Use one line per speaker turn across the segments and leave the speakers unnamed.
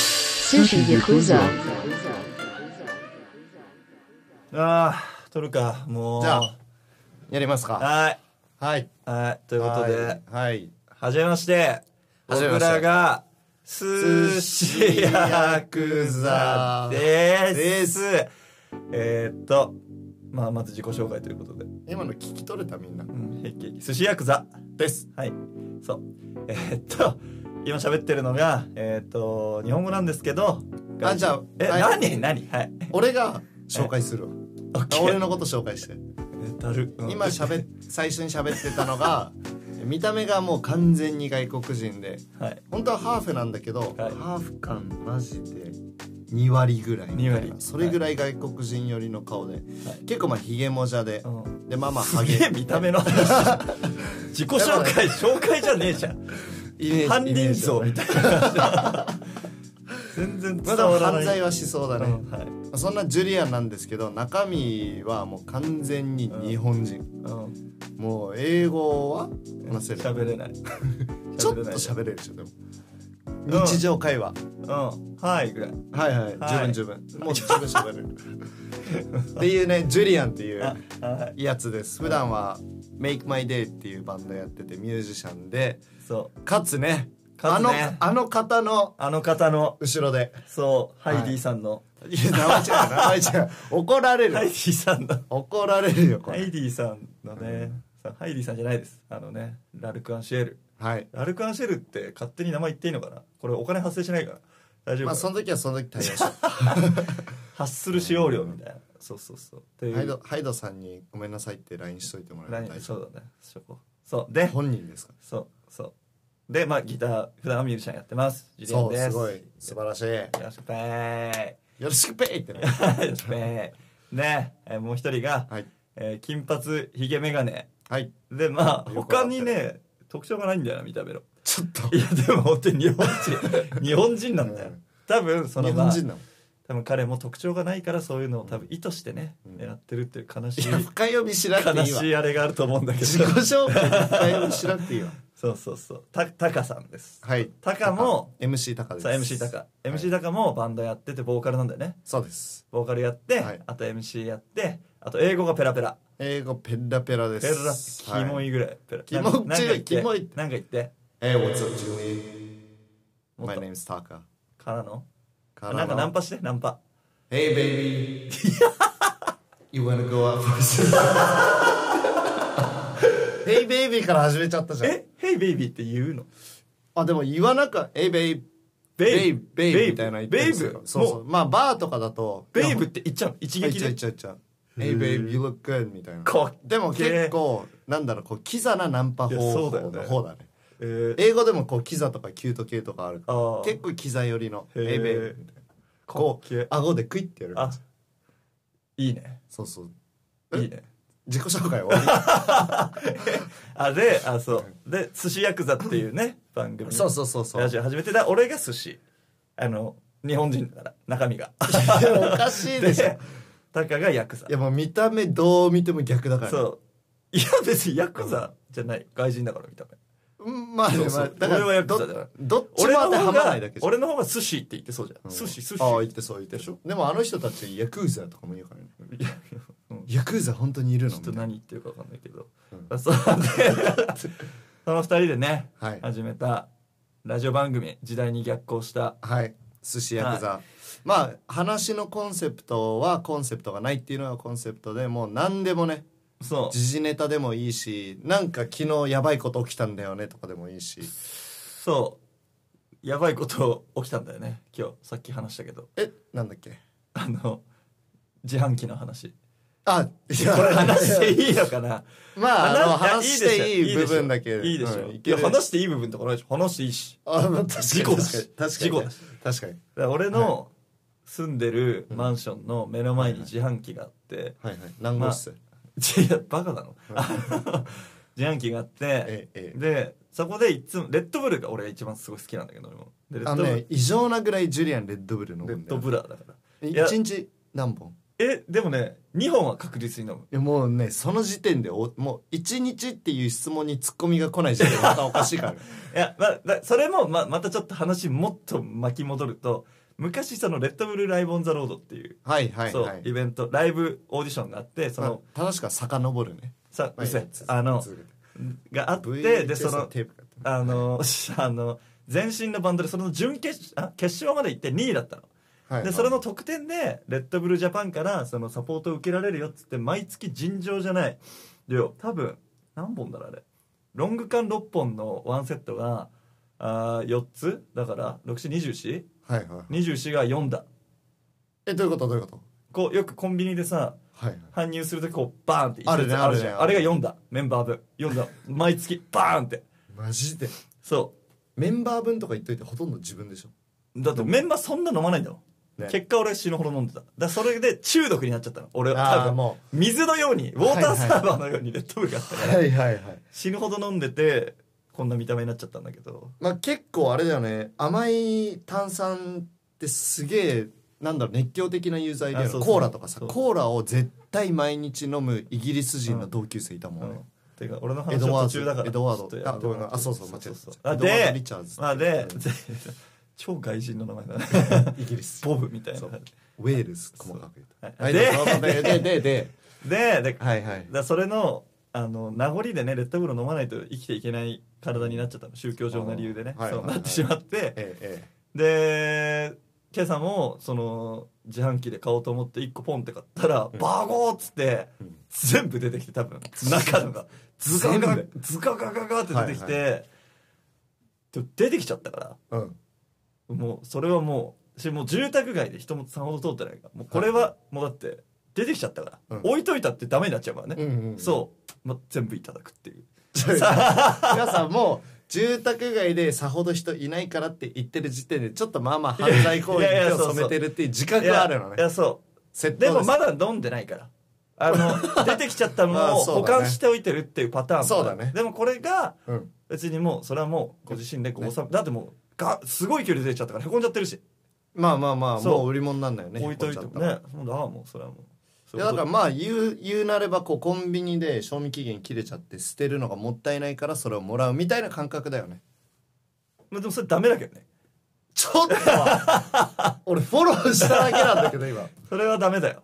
Sushi Yakuza.
ああ撮るかもう
じゃあやりますか
はい
はい
はいとい
と
うことで
はい
はじめまして
はじめま
僕
して
らが寿司ヤクザですえー、っとまあまず自己紹介ということで、
今の聞き取れたみんな
うん、平気寿司ヤクザ
です
はいそうえー、っと今喋ってるのがえー、っと日本語なんですけど
あじゃあ
え、
はい
何何はい
俺が紹介するわ
オッケー
俺のこと紹介して
えだる、うん
今喋っ最初に喋ってた のが見た目がもう完全に外国人で
はい
本当はハーフなんだけど、
はい
ハーフ感マジで2割ぐらいみたいな
二割
それぐらい外国人寄りの顔で、結構まあひげもじゃで、
うん
でまあまあハ
すげえ
ゲ
見た目の話 自己紹介紹介じゃねえじゃん
イメージ
犯
イメー
人
ジ
像みたいな全然
ま
伝
だ
わらない
犯罪はしそうだね、
うんはい
そんなジュリアンなんですけど中身はもう完全に日本人、
うん
もう英語は話せるちょっ
喋れない
と
喋
喋
れ
れるでしょでも
うん
日常会話、
ないうんはいぐらい
はいはい、
はい
十分十分もう十分喋れるっていうねジュリアンっていう
あはい
やつです普段は Make My Day っていうバンドやっててミュージシャンで
そう
かつね
かつね
あのあの方の
あの方の
後ろで
そうハ
い
イディさんの
いや名前違う名前違う 怒られる、
ハイディさんの
怒られるよこ
ハ
れ
イディさんのねさハイディさんじゃないですあのねラルク・アンシェル
はい
ラルク・アンシェルって勝手に名前言っていいのかなこれお金発生しないから大丈夫かな
まあその時はその時 対応して
発する使用量みたいなそうそうそうってい
ハイ
う
ドハイドさんにごめんなさいって LINE しといてもらえ
ライ
る
ン
大丈
そ
夫
うだねそこそうで
本人ですか
そうそうでまあギター普段はミュージシャンやってますジュリアン
そう
です
すごい素晴らしいよ
よろしくぺー
ろしくペイってね
よろしくぺーねえーもう一人が、
はい
えー金髪ひげ眼鏡
はい
でまあ
よくわか
他
って
に
る
ね特徴がないんだよな見た目の
ちょっと
いやでも本当に日本 人日本人なんだよ
うん
多分その
日
ま
本
あ
人なの
多分彼も特徴がないからそういうのを多分意図してね、
うん
狙ってるっていう悲し
い
い
や深読みしなくていいわ
悲しいあれがあると思うんだけど
自己紹介で深読みしなくていいわ
そうそうそうたタカさんです
はい
タカも
MC タカです
さあ MC タカ MC タカもバンドやっててボーカルなんだよね
そうです
ボーカルやって、
はい
あと MC やってあと英語がペラペラ
英語ペラペラで
ペラペラ
す
キモ
はい
いぐらいペラ
キモい
なんかなんか言って
キモい
なんか言って
Hey what's up Julie
も
My
っと
name is Taka
からの
からの
なんかナンパしてナンパ
Hey baby You wanna go out for a Hey baby から始めちゃったじゃん
え「Hey baby」って言うの
あでも言わなくは「えいベイベイ
Babe
ベイ」みたいな言ってるんですよ
Babe
そうそうまあバーとかだと
「ベイブ」って言っちゃうの一
いやい
撃
ちゃい
で
ちゃいちゃえいベイ you look good みたいな
かっけー
でも結構なんだろうこうキザなナンパ
いやそ
方
うだ
法
よね
の方だね
えー
英語でもこうキザとかキュート系とかあるか
あ
ら
ー
結構キザ寄りの「
へー
えいベイブ」みたいなこ
かっけ
う
ー
顎でクイってやる
あいいね
そうそう
いいね
自己紹介終わ
あであそうで「寿司ヤクザ」っていうね番組
りそうそうそうそう
ラジオ始めてだ俺が寿司あの日本人だから中身が
いやおかしいでしょ
でタカがヤクザ
いやもう見た目どう見ても逆だから
そういや別にヤクザじゃない外人だから見た目
うんまあ
そうそう
まあだか
俺
ら
はヤクザだから
どどっち
俺
も
の
当ては
方
まらな
が
いだけじゃん
俺の方が寿司って言ってそうじゃん寿司寿司
ああ言ってそう言って
でしょ
でもあの人たちヤクーザとかも言うからね
いやうん
ヤクーザ本当にいる
ち
の
ょっ
み
と
たいな
何言ってるか分かんないけど、
うん
まあそうでその二人でね、
はい
始めたラジオ番組時代に逆行した
はい寿司ヤクザ、まあ話のコンセプトはコンセプトがないっていうのがコンセプトでもう何でもね
そう
時事ネタでもいいしなんか昨日やばいこと起きたんだよねとかでもいいし
そうやばいこと起きたんだよね今日さっき話したけど
えなんだっけ
あの自販機の話
あいや
これ話していいのかな
まああの
や
話してい
で
い部
しょ
分だけ
いいでしょ、
うん
い
ける
や話していい部分とかないでしょ話していいし
あまあ確かに
事故だし
確かに
事故だし
確かに
だから俺の住んでるマンションの目の前に自販機があって、
はいはい何号室、
いやバカなの 自販機があって、
えええ
でそこでいつもレッドブルが俺が一番すごい好きなんだけど俺もでレ
あ
ッド
の
ブル、
ね異常なぐらいジュリアンレッドブル飲むんだ
レ
よ
ッドブラーだからいや
一日何本
えでもね2本は確実に飲む
いやもうねその時点でおもう一日っていう質問にツッコミが来ない時点で またおかしいからね
いや、まあ、だそれも、まあ、またちょっと話もっと巻き戻ると昔そのレッドブルライブオンザロードっていう、
はいはい
そ
は
う
い
イベントライブオーディションがあってその、
まあ正しくは遡るね
さ
まあ
うっせ
いいやつ
あの
続けて
があって
VHS
でその
テープ買って
あの、 あの前身のバンドでその準決あ決勝まで行って2位だったの。
はい
でそれの特典でレッドブルジャパンからそのサポートを受けられるよっつって毎月尋常じゃない量多分何本だろうあれロング缶6本のワンセットがあ4つだから6424
はいはい
が4だ
えどういうことどういうこと
こうよくコンビニでさ
はいはい
搬入するときこうバーンって
あるね
一列じゃん
あ
あ
るね
れが4だメンバー分4だ毎月バーンって
マジで
そ
メンバー分とか言っといてほとんど自分でしょ
うだってメンバーそんな飲まないんだもん
ね
結果俺死ぬほど飲んでただからそれで中毒になっちゃったの俺は
あ
多
あ
分
も
水のようにウォーターサーバーのようにレッドブルがあった
う
から、
はいはいはい
死ぬほど飲んでてこんな見た目になっちゃったんだけど
まあ結構あれだよね甘い炭酸ってすげえなんだろう熱狂的なユーザーいるよ
あ
ね
そうそう
コーラとかさ
そう
コーラを絶対毎日飲むイギリス人の同級生いたもんね、
ていうか俺の話
エドワ
は
ー
途
ズ
中だから
エドワー
ち
ド
ょっとやめてもらって
あごめんあそうそう間違えた
あ
エドワー
で
ドリチャーズ
まあで 超外人の名前だね
イギリス
ボブみたいな
そうウェールズ細かく言うと
はい
ど
で
うぞででで で
ででだか
はいはい
らそれのあの名残でねレッドブル飲まないと生きていけない体になっちゃったの宗教上の理由でね、
あーはい
そう
はいはい
なってしまって
ええ
で今朝もその自販機で買おうと思って1個ポンって買ったら「バーゴー!」っつって
うん
全部出てきて多 分中のがズカガ
全
ズカガガガって出てきて、
は
でも出てきちゃったか
ええうん
らもうそれはもうしもう住宅街で人もさほど通ってないからもうこれはもうだって出てきちゃったから、
うん
置いといたってダメになっちゃうからね、
ん
そう、ま、全部いただくっていう
う皆さんもう住宅街でさほど人いないからって言ってる時点でちょっとまあまあ犯罪行
い
為に
やい
手
やそうそう
を染めてるっていう自覚があるの
いやい
ね
やそ
窃
う
盗
ですもまだ飲んでないからあ の出てきちゃったも
ま
の
あ
を
そうだ
保
ね
管しておいてるっていうパターンもある
そうだね
でもこれが
うん
別にもうそれはもうご自身でこう収め、だってもうがすごい距離出ちゃったからへこんじゃってるし
まあまあまあ
そう
もう売り物なんだよね
置いといて
へこ
も
んじゃ
ね
ったら
そうだもうそれはもう
いやだからまあ言う言うなればこうコンビニで賞味期限切れちゃって捨てるのがもったいないからそれをもらうみたいな感覚だ よね
まあでもそれダメだけどね
ちょっとは俺フォローしただけなんだけど今
それはダメだよ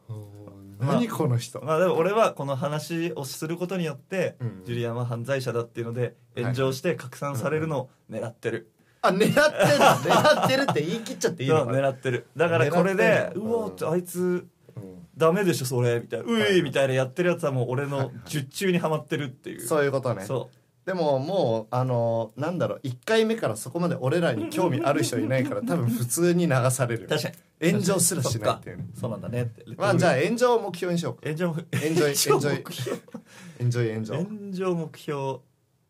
何
この人
まあでも俺はこの話をすることによって、
うん
ジュリアンは犯罪者だっていうので
い
炎上して拡散されるのを狙ってる、
あ狙ってる狙ってるって言い切っちゃっていい
そう
のかな
狙ってるだからこれ
狙
で「
ってん
う
の
わ」ってあいつ
うん
ダメでしょそれみたいな「う
はい
い」みたいなやってるやつはもう俺の術中にはまってるっていう
そういうことね
そ
でももうあのなんだろう1回目からそこまで俺らに興味ある人いないから多分普通に流される
う確かに
炎上すらしないっていうね
そっかそうなんだねって
まあじゃあ炎上を目標にしようか
炎上
エン ジョイ
炎上
エン
目標
ジョイ炎上炎上
炎上目標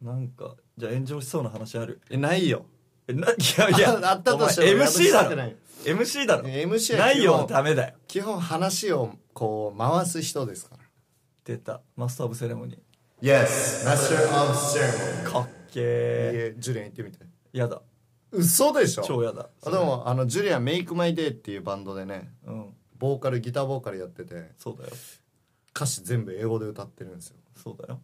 なんかじゃあ炎上しそうな話ある
えないよ
えないやいや
ああったとして
お前
も
MC だ
私
ろ
ない
MC だろ
MC は
ない
基
よ
本
ダメだよ
基本話をこう回す人ですから
出たマスター・オブ・セレモニ
Yes Master of Ceremony
ーかっけえ
ジュリアン言ってみて
やだ
嘘でしょ
超やだ
あでもあのジュリアンメイクマイデーっていうバンドでね
うん
ボーカルギターボーカルやってて
そうだよ
歌詞全部英語で歌ってるんですよ
そうだよ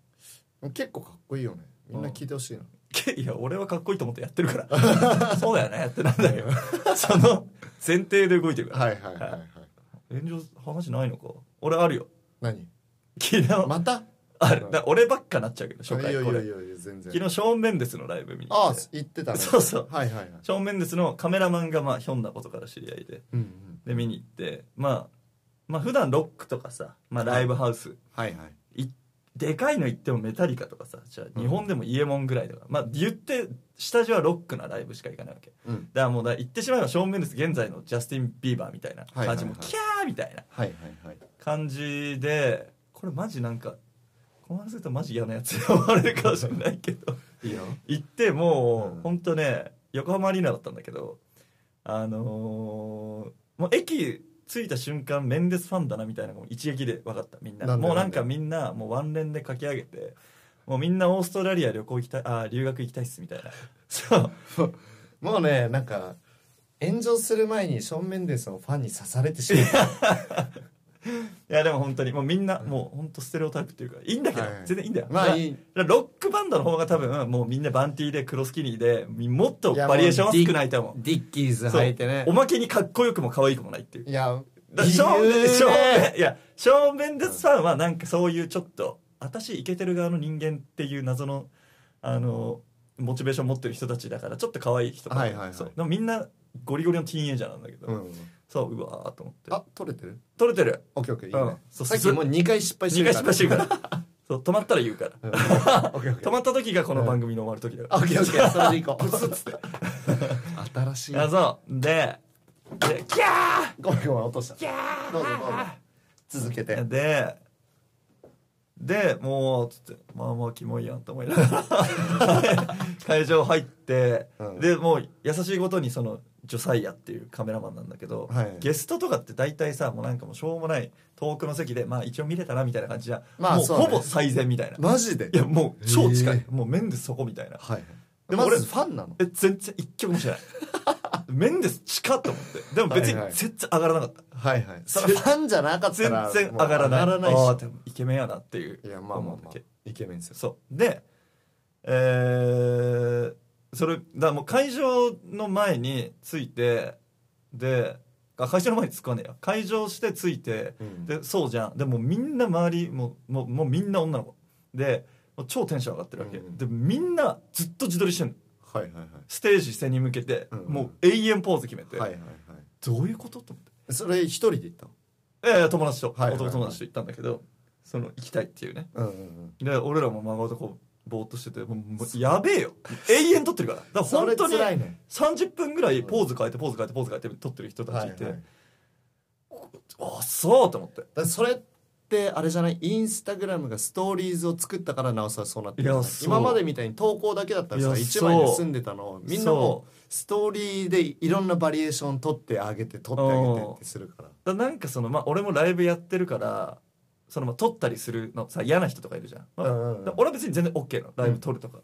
結構かっこいいよねみんな聞いてほしいな、
けいや俺はかっこいいと思ってやってるから そうだよねってなんだよ その前提で動いてるから
はいはいはいはい
炎上話ないのか俺あるよ
何
昨日、
また
あるだ俺ばっかなっちゃうけど初
い
回
やい
こ
や
れ
いやいや全然
昨日ショーン・メンデスのライブ見に行
あ
って
言ってたね
そうそう
はいはいはい
ショーン・メンデスのカメラマンがまあひょんなことから知り合いで
うんうん
で見に行ってまあまあ普段ロックとかさ、まあ、ライブハウス、
はいはい
いでかいの行ってもメタリカとかさじゃあ日本でもイエモンぐらいとか、まあ言って下地はロックなライブしか行かないわけ
うん
だからもうだ言ってしまえばショーン・メンデス現在のジャスティン・ビーバーみたいな
はいは
感
い
じもキャーみたいな
はいはいはい
感じでこれマジなんかこの話するとマジ嫌なやつ思われるかもしれないけど
いいよ
行ってもう、
うん
ほんとね横浜アリーナだったんだけどあのーもう駅着いた瞬間メンデスファンだなみたいなのが一撃で分かったみんな
なんで
もうなんか
なん
みんなもうワンレンで駆け上げてもうみんなオーストラリア旅行行きたいあー留学行きたいっすみ たいなそう
もうねなんか炎上する前にショーン・メンデスのファンに刺されてしまった
いやでも本当にもうみんなもう本当ステレオタイプっていうかいいんだけど、
はい
全然いいんだよ
まあいい
だからロックバンドの方が多分もうみんなバンティーで黒スキニーでもっとバリエーションは少ないと思う
ディッキーズ
そう
履いてね
おまけにかっこよくも可愛くもないっていう
いや
だショーン
理由ね
ショーンいやショーン・メンデスさんはなんかそういうちょっと私イケてる側の人間っていう謎のあのモチベーション持ってる人たちだからちょっと可愛い人
はいはいはい
そうでもみんなゴリゴリのティーンエイジャーなんだけど、
うん、
そううわーと思って
あ取れてる
撮れてる
オッケーオッケーいいね、
うんそう
さっきもう2回失敗して
2
る
回失敗してるから そう止まったら言うから
うんオッケーオッケ
止
ー
まった時がこの番組の終わる時だか
オッケーオッケーそれでいこう新しい
らあそうででキャ
ごめんごめん落とした
ー
どうぞどうぞ続けて
ででもうつってまあまあキモいやんと思いながら 会場入って、
うん
でもう優しいことにそのジョサイアっていうカメラマンなんだけど、
はい
ゲストとかって大体さもうなんかもうしょうもない遠くの席でまあ一応見れたなみたいな感じじゃん、
まあ
もう
そうね
ほぼ最善みたいな、
マジで
いやもう超近
へ
いもうメンデスそこみたいな
はい
で
で
も
も
俺
俺ファンなの
え全然一曲もしない メンデス近っと思ってでも別に
はいはい
全然上がらなかった、
はいはいそれファンじゃなかった
全
ら
然上がらない
もう上がらない
ああ
し
でもイケメンやなっていう
いやまあまあ
思
ま
う
あ
だけ
イケメンですよ
そうでえーそれだからもう会場の前に着いてであ会場の前に着かねえや会場して着いて
うん
でそうじゃんでもうみんな周りもうもうもうみんな女の子でもう超テンション上がってるわけ、
うん
でみんなずっと自撮りしてんの
はいはいはい
ステージ背に向けて、
うん
もう永遠ポーズ決めて、
はいはいは
どういうことと思って
いそれ一人で行ったの
ええ友達と、
はいはいはい
男友達と行ったんだけどその行きたいっていうね
うんうん
で俺らも孫とこうぼーっとしててもうもうやべえよ永遠撮ってるからだから
そ
本
れ
当に
辛いね
30分ぐらいポーズ変えてポーズ変えてポーズ変えて撮ってる人たちいて、
はいはい
あそうと思って
だからそれってあれじゃないインスタグラムがストーリーズを作ったからなおさらそうなってる
いや
んじゃない
そう
今までみたいに投稿だけだったら
いや
さ1枚で済んでたのをみんな
そ
も
う
ストーリーでいろんなバリエーション取ってあげて取ってあげてってするから
うだからなんかそのまあ俺もライブやってるからそのまあ撮ったりするのさ嫌な人とかいるじゃん、まあ
うんうんうん
だから俺は別に全然 OK なのライブ撮るとか、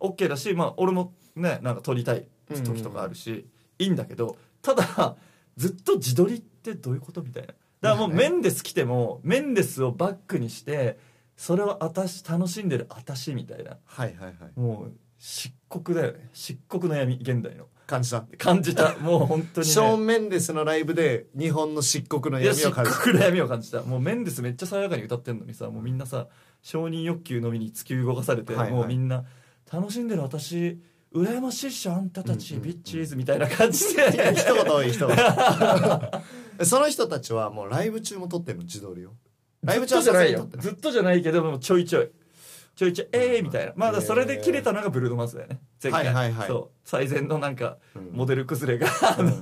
OK だしまあ俺もねなんか撮りたい時とかあるし、いいんだけどただずっと自撮りってどういうことみたいなだからもう
まあね
メンデス来てもメンデスをバックにしてそれを私楽しんでる私みたいな
はいはいはい
もう漆黒だよね漆黒の闇現代の
感じた
感じたもう本当 に、ね、
ショーン・メンデスのライブで日本の漆黒の
いや
闇
漆
を感じた
黒の闇を感じたもうメンデスめっちゃ爽やかに歌ってんのにさもうみんなさ承認欲求のみに突き動かされて、
はいはい
もうみんな楽しんでる私羨ましいっしょあんたたち、
うんうんうん
ビッチーズみたいな感じで
いや一言多い一 言その人たちはもうライブ中も撮ってるの自撮りをライブ中は
ずっとじゃないよ
撮って
ずっとじゃないけどもうちょいちょいちょいちょいええー、みたいなまあだからそれで
えー
切れたのがブルードマーズだよね前回、
はいはいはい
そう最善のなんか
うん
モデル崩れが、あのずっ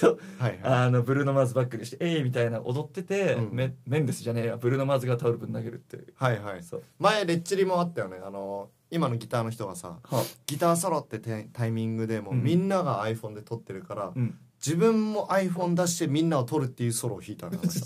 と
はいはい
あのブルーノ・マーズバックにして「えい!」みたいな踊ってて、
うん
メメンデスじゃねえやブルーノ・マーズがタオルぶん投げるっていう
はいはい
そう
前レッチリもあったよねあの今のギターの人がさ
は
ギターソロっててタイミングでもう
うん
みんなが iPhone で撮ってるから、
うん
自分も iPhone 出してみんなを撮るっていうソロを弾いたのよあの人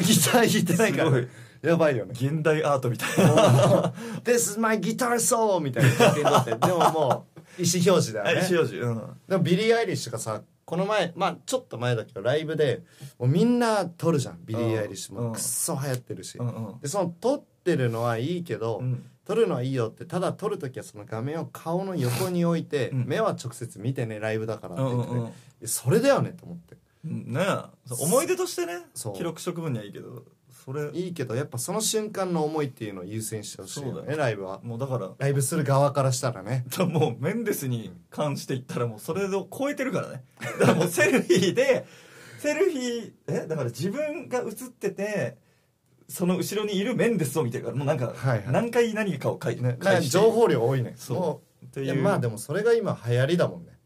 ギター弾いてないか
す
ら
ごい
やばいよね
現代アートみたいな
「This is my guitar solo」みたいな写真 撮ってでももう意思表示だ
あ
よね
石王子うん
でもビリー・アイリッシュがさこの前まあちょっと前だけどライブでもうみんな撮るじゃんビリー・アイリッシュ
うん
もくっそ流行ってるし、
うんうん
でその撮ってるのはいいけど、
うん
撮るのはいいよってただ撮る時はその画面を顔の横に置いて、
うん
目は直接見てねライブだからって言って、
うんうんうん
いやそれだよねと思って
うんねえそう思い出としてね
そう
記録しとく分にはいいけどそれ
いいけどやっぱその瞬間の思いっていうのを優先してほしい
そ
よ
うだ
ねライブは
もうだから
ライブする側からしたらね
だからもうメンデスに関して言ったらもうそれを超えてるからねだからもうセルフィー でセルフィーえだから自分が映っててその後ろにいるメンデスを見てるからもうなんか
はいはい
何回何かを書いて
ね
返して
情報量多いね
そう
も
って
うい
い
や
う
まあでもそれが今流行りだもんね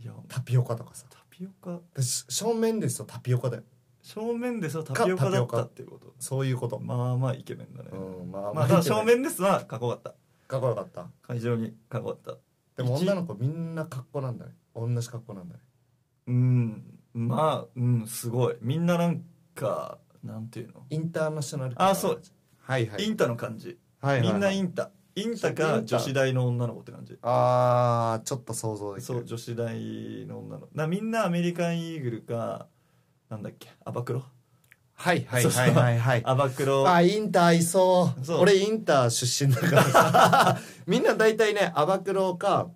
いや
タピオカとかさ
タピオカ
私正面ですとタピオカだよ
正面ですはタピオカだったっていうこと
そういうこと
まあまあイケメンだね、
うんまあ
まあただ正面ですはかっこよかった
かっこよかった
会場にかっこよかった
でも
一
女の子みんな格好なんだね同じ格好なんだね
うんまあうんすごいみんななんかなんていうの、
インターナショナル
あそう
はいはい
インタの感じ、
はいはいはい
みんなインタインタ
そうイ
か
ンタ
女子大の女の子って感じ
あーちょっと想像できる
そう女子大の女の子なみんなアメリカンイーグルかなんだっけアバクロ
はいはい
そうそう
はいはいはい
アバクロ
あインター合いそう
そう
俺インター出身だから さみんな大体ねアバクロか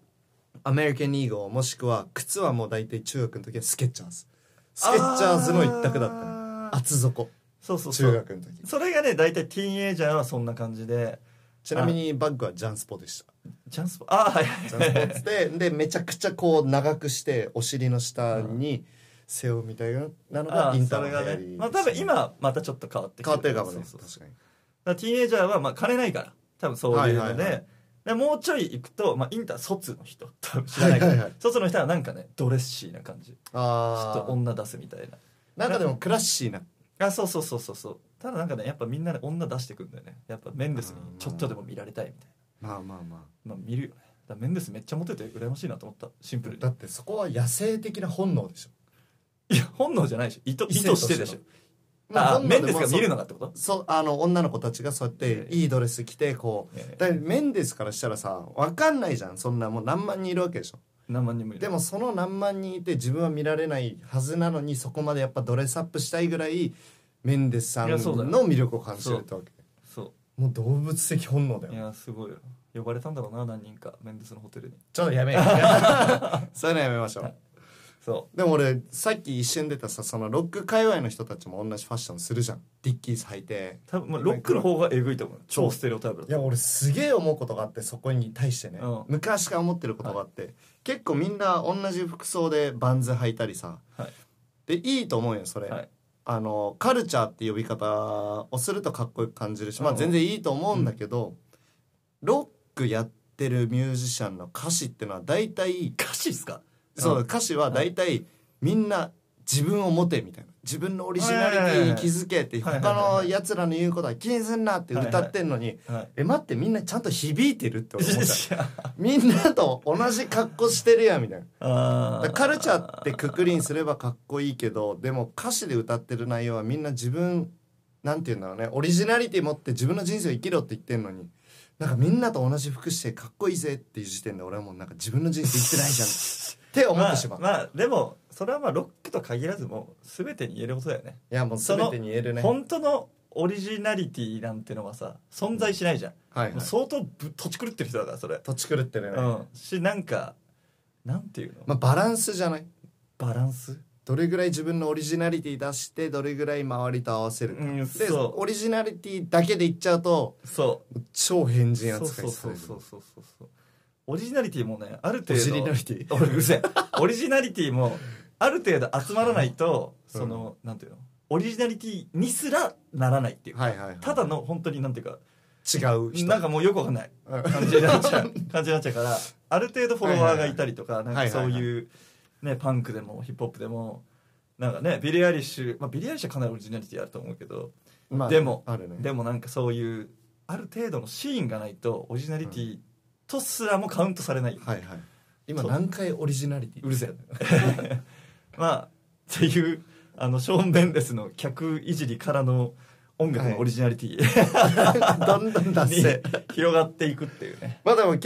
アメリカンイーゴーもしくは靴はもう大体中学の時はスケッチャーズスケッチャーズの一択だったね
た
厚底
そうそうそ
中
う
学の時
それがね大体ティーンエイジャーはそんな感じで
ちなみにバッグはジャンスポでした
チャンスポあーはいはい
ジャンスポっ つってでめちゃくちゃこう長くしてお尻の下に背負うみたいなの
あ
がイ
ー
ンタ
そ
ーの
れ
流行
が
り
ねまあ多分今またちょっと変わって
変わってるかも
そう
ね
そうそう
確かに
だからティーンエイジャーはまあ金ないから多分そういうので,、
はいはいはい
でもうちょい行くと、まあ、インター卒の人多分知らないから、
はいはいはい
卒の人はなんかねドレッシーな感じちょっと
あ
女出すみたい
あなんかでもクラッシーな
なあそうそうそうそうそうただなんかねやっぱみんなで女出してくんだよねやっぱメンデスに
うん
ちょっとでも見られたいみたい
まあまあま
なまあ見るよねだからメンデスめっちゃモテて羨ましいなと思ったシンプ
あ
ルに
だってそこは野生的な本能でしょ
いや本能じゃないでしょ意図意図してでしょ
ま
ああ
本能
メン
で
デス
ま
が
あ
見るのかってこと
そうそうあの女の子たちがそうやっていいドレス着てこう
いやいや
だからメンデスからしたらさ分かんないじゃんそんなもう何万人いるわけでしょ
何万人もいる
でもその何万人いて自分は見られないはずなのにそこまでやっぱドレスアップしたいぐらいメンデスさん
い
の
やそうだよ
魅力を感じてるってわけ
そ
もう動物的本能だ
うい
よ
やすごいよ呼ばれたんだろうな何人かメンデスのホテルに
ちょっとやめよう そういうのやめましょう、
はいそ
でも俺さっき一瞬出たさそのロック界隈の人たちも同じファッションするじゃんディッキーズ履いて
う多分、まあ、ロックの方がえぐいと思う超ステレオタイプだと思う
いや俺すげえ思うことがあってそこに対してね、
うん
昔から思ってることがあって、結構みんな同じ服装でバンズ履いたりさ、
はい
でいいと思うよそれ、
はい
あのカルチャーって呼び方をするとかっこよく感じるし、まあ、
うん
全然いいと思うんだけど、ロックやってるミュージシャンの歌詞ってのは大体
歌詞っすか
そう、
ん
歌詞は大体みんな自分を持てみたいな自分のオリジナリティに気づけって
はいはい
他
はいはい
のやつらの言うことは気にすんなって歌ってんのに、
はい
え待ってみんなちゃんと響いてるって俺思っ た
いや
みんなと同じ格好してるやんみたいな
あ
だからカルチャーってくくりにすればかっこいいけどでも歌詞で歌ってる内容はみんな自分なんて言うんだろうねオリジナリティ持って自分の人生を生きろって言ってんのになんかみんなと同じ服してかっこいいぜっていう時点で俺はもうなんか自分の人生生きてないじゃんって思ってしまう、
まあ、まあ、でもそれはまあロックと限らずもう全てに言えることだよね
いやもう全てに言えるね
本当のオリジナリティなんてのはさ存在しないじゃん、
はい
もう
はい
相当ぶとち狂ってる人だからそれ、
土地狂ってるね、
うんしなんかなんていうの、
まあ、バランスじゃない
バランス
どれぐらい自分のオリジナリティ出してどれぐらい周りと合わせるか、
うん
で
そう
オリジナリティだけでいっちゃうと
そ
超変
う
人
そう
扱
そ
いうさ
そ
れ
う
る
そうそうそうそうオリジナリティもねある程度
オリジナリティ
俺うるせえオリジナリティもある程度集まらないと、
うん
そのなんていうのオリジナリティにすらならないっていうか、
はいはいはい
ただの本当になんていうか
違う人
なんかもうよくわかんない
うん
感じになっちゃ う感じになっちゃうからある程度フォロワーがいたりとか,、なんかそう
はい
いう、ね、パンクでもヒップホップでもなんかねビリー・アイリッシュ、まあ、ビリー・アイリッシュはかなりオリジナリティあると思うけど、
まあ
でも
あるね
でもなんかそういうある程度のシーンがないとオリジナリティとすらもカウントされない、
はいはい今何回オリジナリティ
うるせえ まあっていうあのショーン・ベンデスの客いじりからの音楽のオリジナリティに
どんどん出せ
広がっていくっていうね、
まあでも今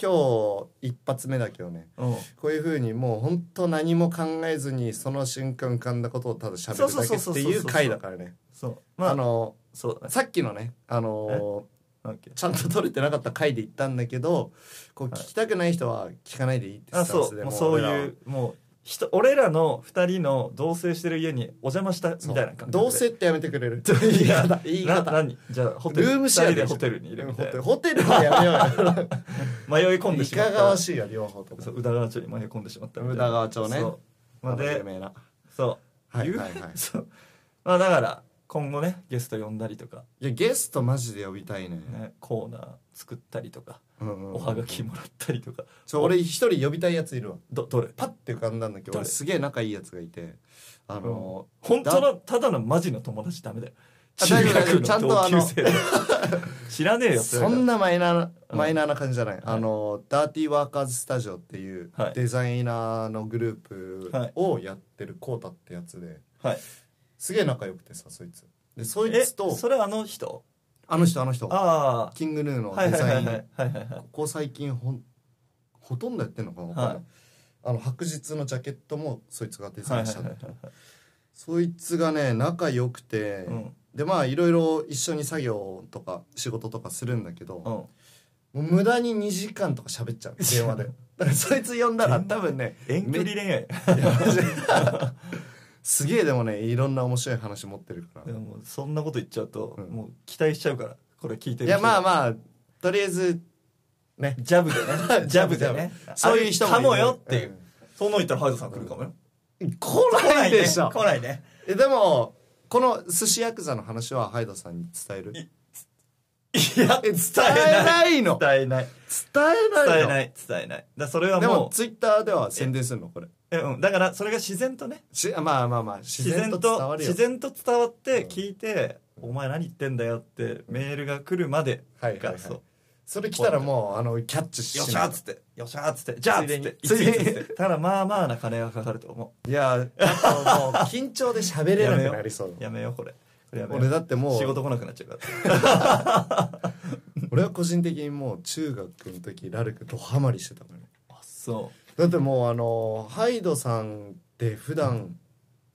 日今日一発目だけどね
うん、
こういうふうにもう本当何も考えずにその瞬間浮かんだことをただ喋るだけっていう回だからね
そうま
あ
あ
の
そうだね
さっきのねあの
なんだっけ
ちゃんと撮れてなかった回で言ったんだけどこう
はい
聞きたくない人は聞かないでいいって
あ
スタン
そ
ス
う
で
もうそういうもう人俺らの2人の同棲してる家にお邪魔したみ
そう
たいな感じ
どうせってやめてくれる
いや
言い
な
方
何じゃあホテ
ル
ル
ームシェア
二人で
でしょ
ホテルにいるみたいな
ホテルはやめよ うよ
迷い込んで
い
しま
か
った
がわしいよ両方とも
そう宇田川町に迷い込んでしまったみたいな
宇田川町ね
そうまあ
あの
で
有名な
そう、
はい
言う
はいはい
そうまあだから今後ねゲスト呼んだりとか、
いやゲストマジで呼びたいね
ね、コーナー作ったりとか、
うんうん
おはがきもらったりとか
ちょ俺一人呼びたいやついるわ
どどれ
パッて浮かんだんだけど
誰
俺すげえ仲いいやつがいてあの
本当のただのマジの友達ダメだよ
あ
中
大丈夫
学
大丈
の
夫
同級生 だよ知らねえよそれ
そんなマイナーな、
うん
マイナーな感じじゃない、あのダーティーワーカーズスタジオっていう
はい
デザイナーのグループをやってるコータってやつで
はい
すげえ仲良くてさそいつでそい
え
つと
それあの人
あの人あの人
あ
キングヌ
あ
ーの
はい
デ
はいはいは
ザイ
い
ン
はいはいはい
ここ最近ほんほとんどやってんのかなわかんない、
はい
あの白日のジャケットもそいつがデ
は
ザイ
い
ンし
は
た
い
んだ
は
けど
い
そいつがね仲良くて、
うん
でまあいろいろ一緒に作業とか仕事とかするんだけど、
うん
もう無駄に2時間とか喋っちゃう電話でだからそいつ呼んだら多分ね
遠距離恋愛
いやマジですげえでもねいろんな面白い話持ってるから、
でもそんなこと言っちゃうと、
うん
もう期待しちゃうからこれ聞いてる人
いやまあまあとりあえずね
ジャブでねジャブでね
そういう人もい
か
る
もよっていう、そうの言ったらハイドさん来るかもよ、
来
来な
ないい
ね
でしょ
来ないね
えでもこの寿司ヤクザの話はハイドさんに伝える
いいや伝
伝
え
え
ない
ないの
伝えない
伝えない
伝
の
えない伝えないだからそれは
で
も
も
う
ツイッターでは宣伝するのこれ
えうん、だからそれが自然とね
しまあまあまあ自
自然
然と
と
伝わるよ
自然と伝わって
うん
聞いて、お前何言ってんだよ」ってメールが来るまで
は
が、
いはいはい
そうよ
それ来たらもうあのキャッチし
っし
な
ゃ
い
ーっつって「よっしゃー」っつって「じゃあ」っつって「い
つ
つ
い
い
で
つ
に
っつってただまあまあな金がかかると思
いやあともう緊張で喋れなくなりそう
うやめようこれこれやめよう
俺だっても
仕
う
事来なくなっちゃうから
俺は個人的にもう中学の時ラルクドハマりしてたのよ
あそ
だってもうあのハイドさんって普段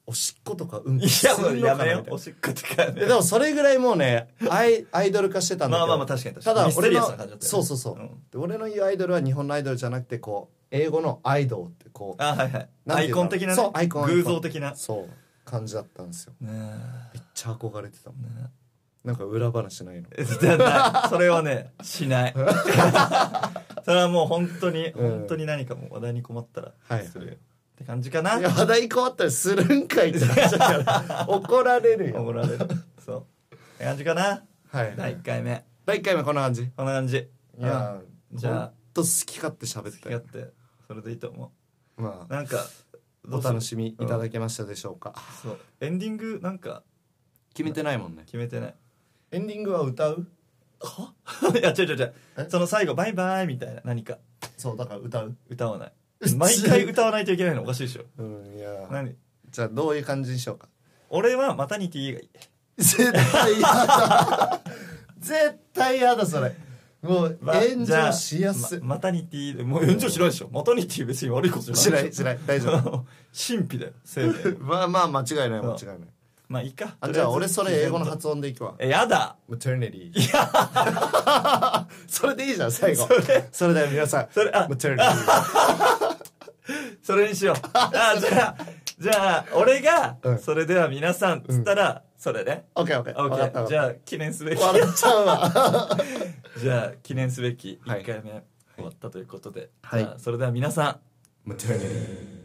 おしっことかうん
う
こ
い
す
や
るの
もう
か
や
な
めよ
み
う
たい
お
な
しっことか
え
ね
でもそれぐらいもうねアイアイドル化してたんだけ
ま
ど
あまあまあ確かに確かに
ただ
ミステリアスな
俺
感じだ
の
った
そうそうそう、
ん
で俺の言うアイドルは日本のアイドルじゃなくてこう英語のアイドルってこ
あはいはい
なん
ア
てい
イ
うの
コン的な
そう
ね
アイコン
偶像的な
うそう感じだったんですよ
ね
めっちゃ憧れてたもん
えねえ
なんか裏話ないの
え絶対ない それはねしない それはもう本当に、
うん
本当に何かもう話題に困ったら
はいはい
するよ、って感じかない
や話題変わったりするんかいって話だから怒られるよ
怒られるそうって感じかな
はい
第1回目
第1回目こんな感じい
こんな感じい
や
うん
じ
じゃ
ゃ
あ
あと好き勝手喋っ
好き
たよ
勝手それでいいと思
ま
う
あ
なんかど
お
うする
楽しみいただけましたでしょうか
そうエンディングなんか
決めてないもんね
決めてない
エンディングは歌う
はいや違う違う違う
え
その最後「バイバイ」みたいな何か
そうだから歌う
歌わない毎回歌わないといけないのおかしいでしょ
うんいや
何
じゃあどういう感じにしようか
俺はマタニティがいい
絶対嫌 だ絶対嫌だそれもう
まあ
炎
じゃ
上
あ
しやすい
まマタニティでもう炎上しないでしょマタニティ別に悪いことじ
し
ゃ
な
ないで
い
し
しない大
ょ
丈夫
神秘だよ生命の
まあまあ間違いない間違いない
まあいいか
あじゃあ俺それ英語の
発
発音でいくわ
えやだ
マタニティ それでいいじゃん最後
それ
それだよ皆さん
それあ
マタニ ティ
それに しようあじゃあじゃあ俺が
うん
それでは皆さんつったらそれね
オッケーオッケー
オ
わか
ッ
っ
ケ
た
ーじゃあ記念すべき
笑っちゃ うわ
じゃあ記念すべき
はい
1回目終わったということで
はい
じゃあそれでは皆さん
マタニティ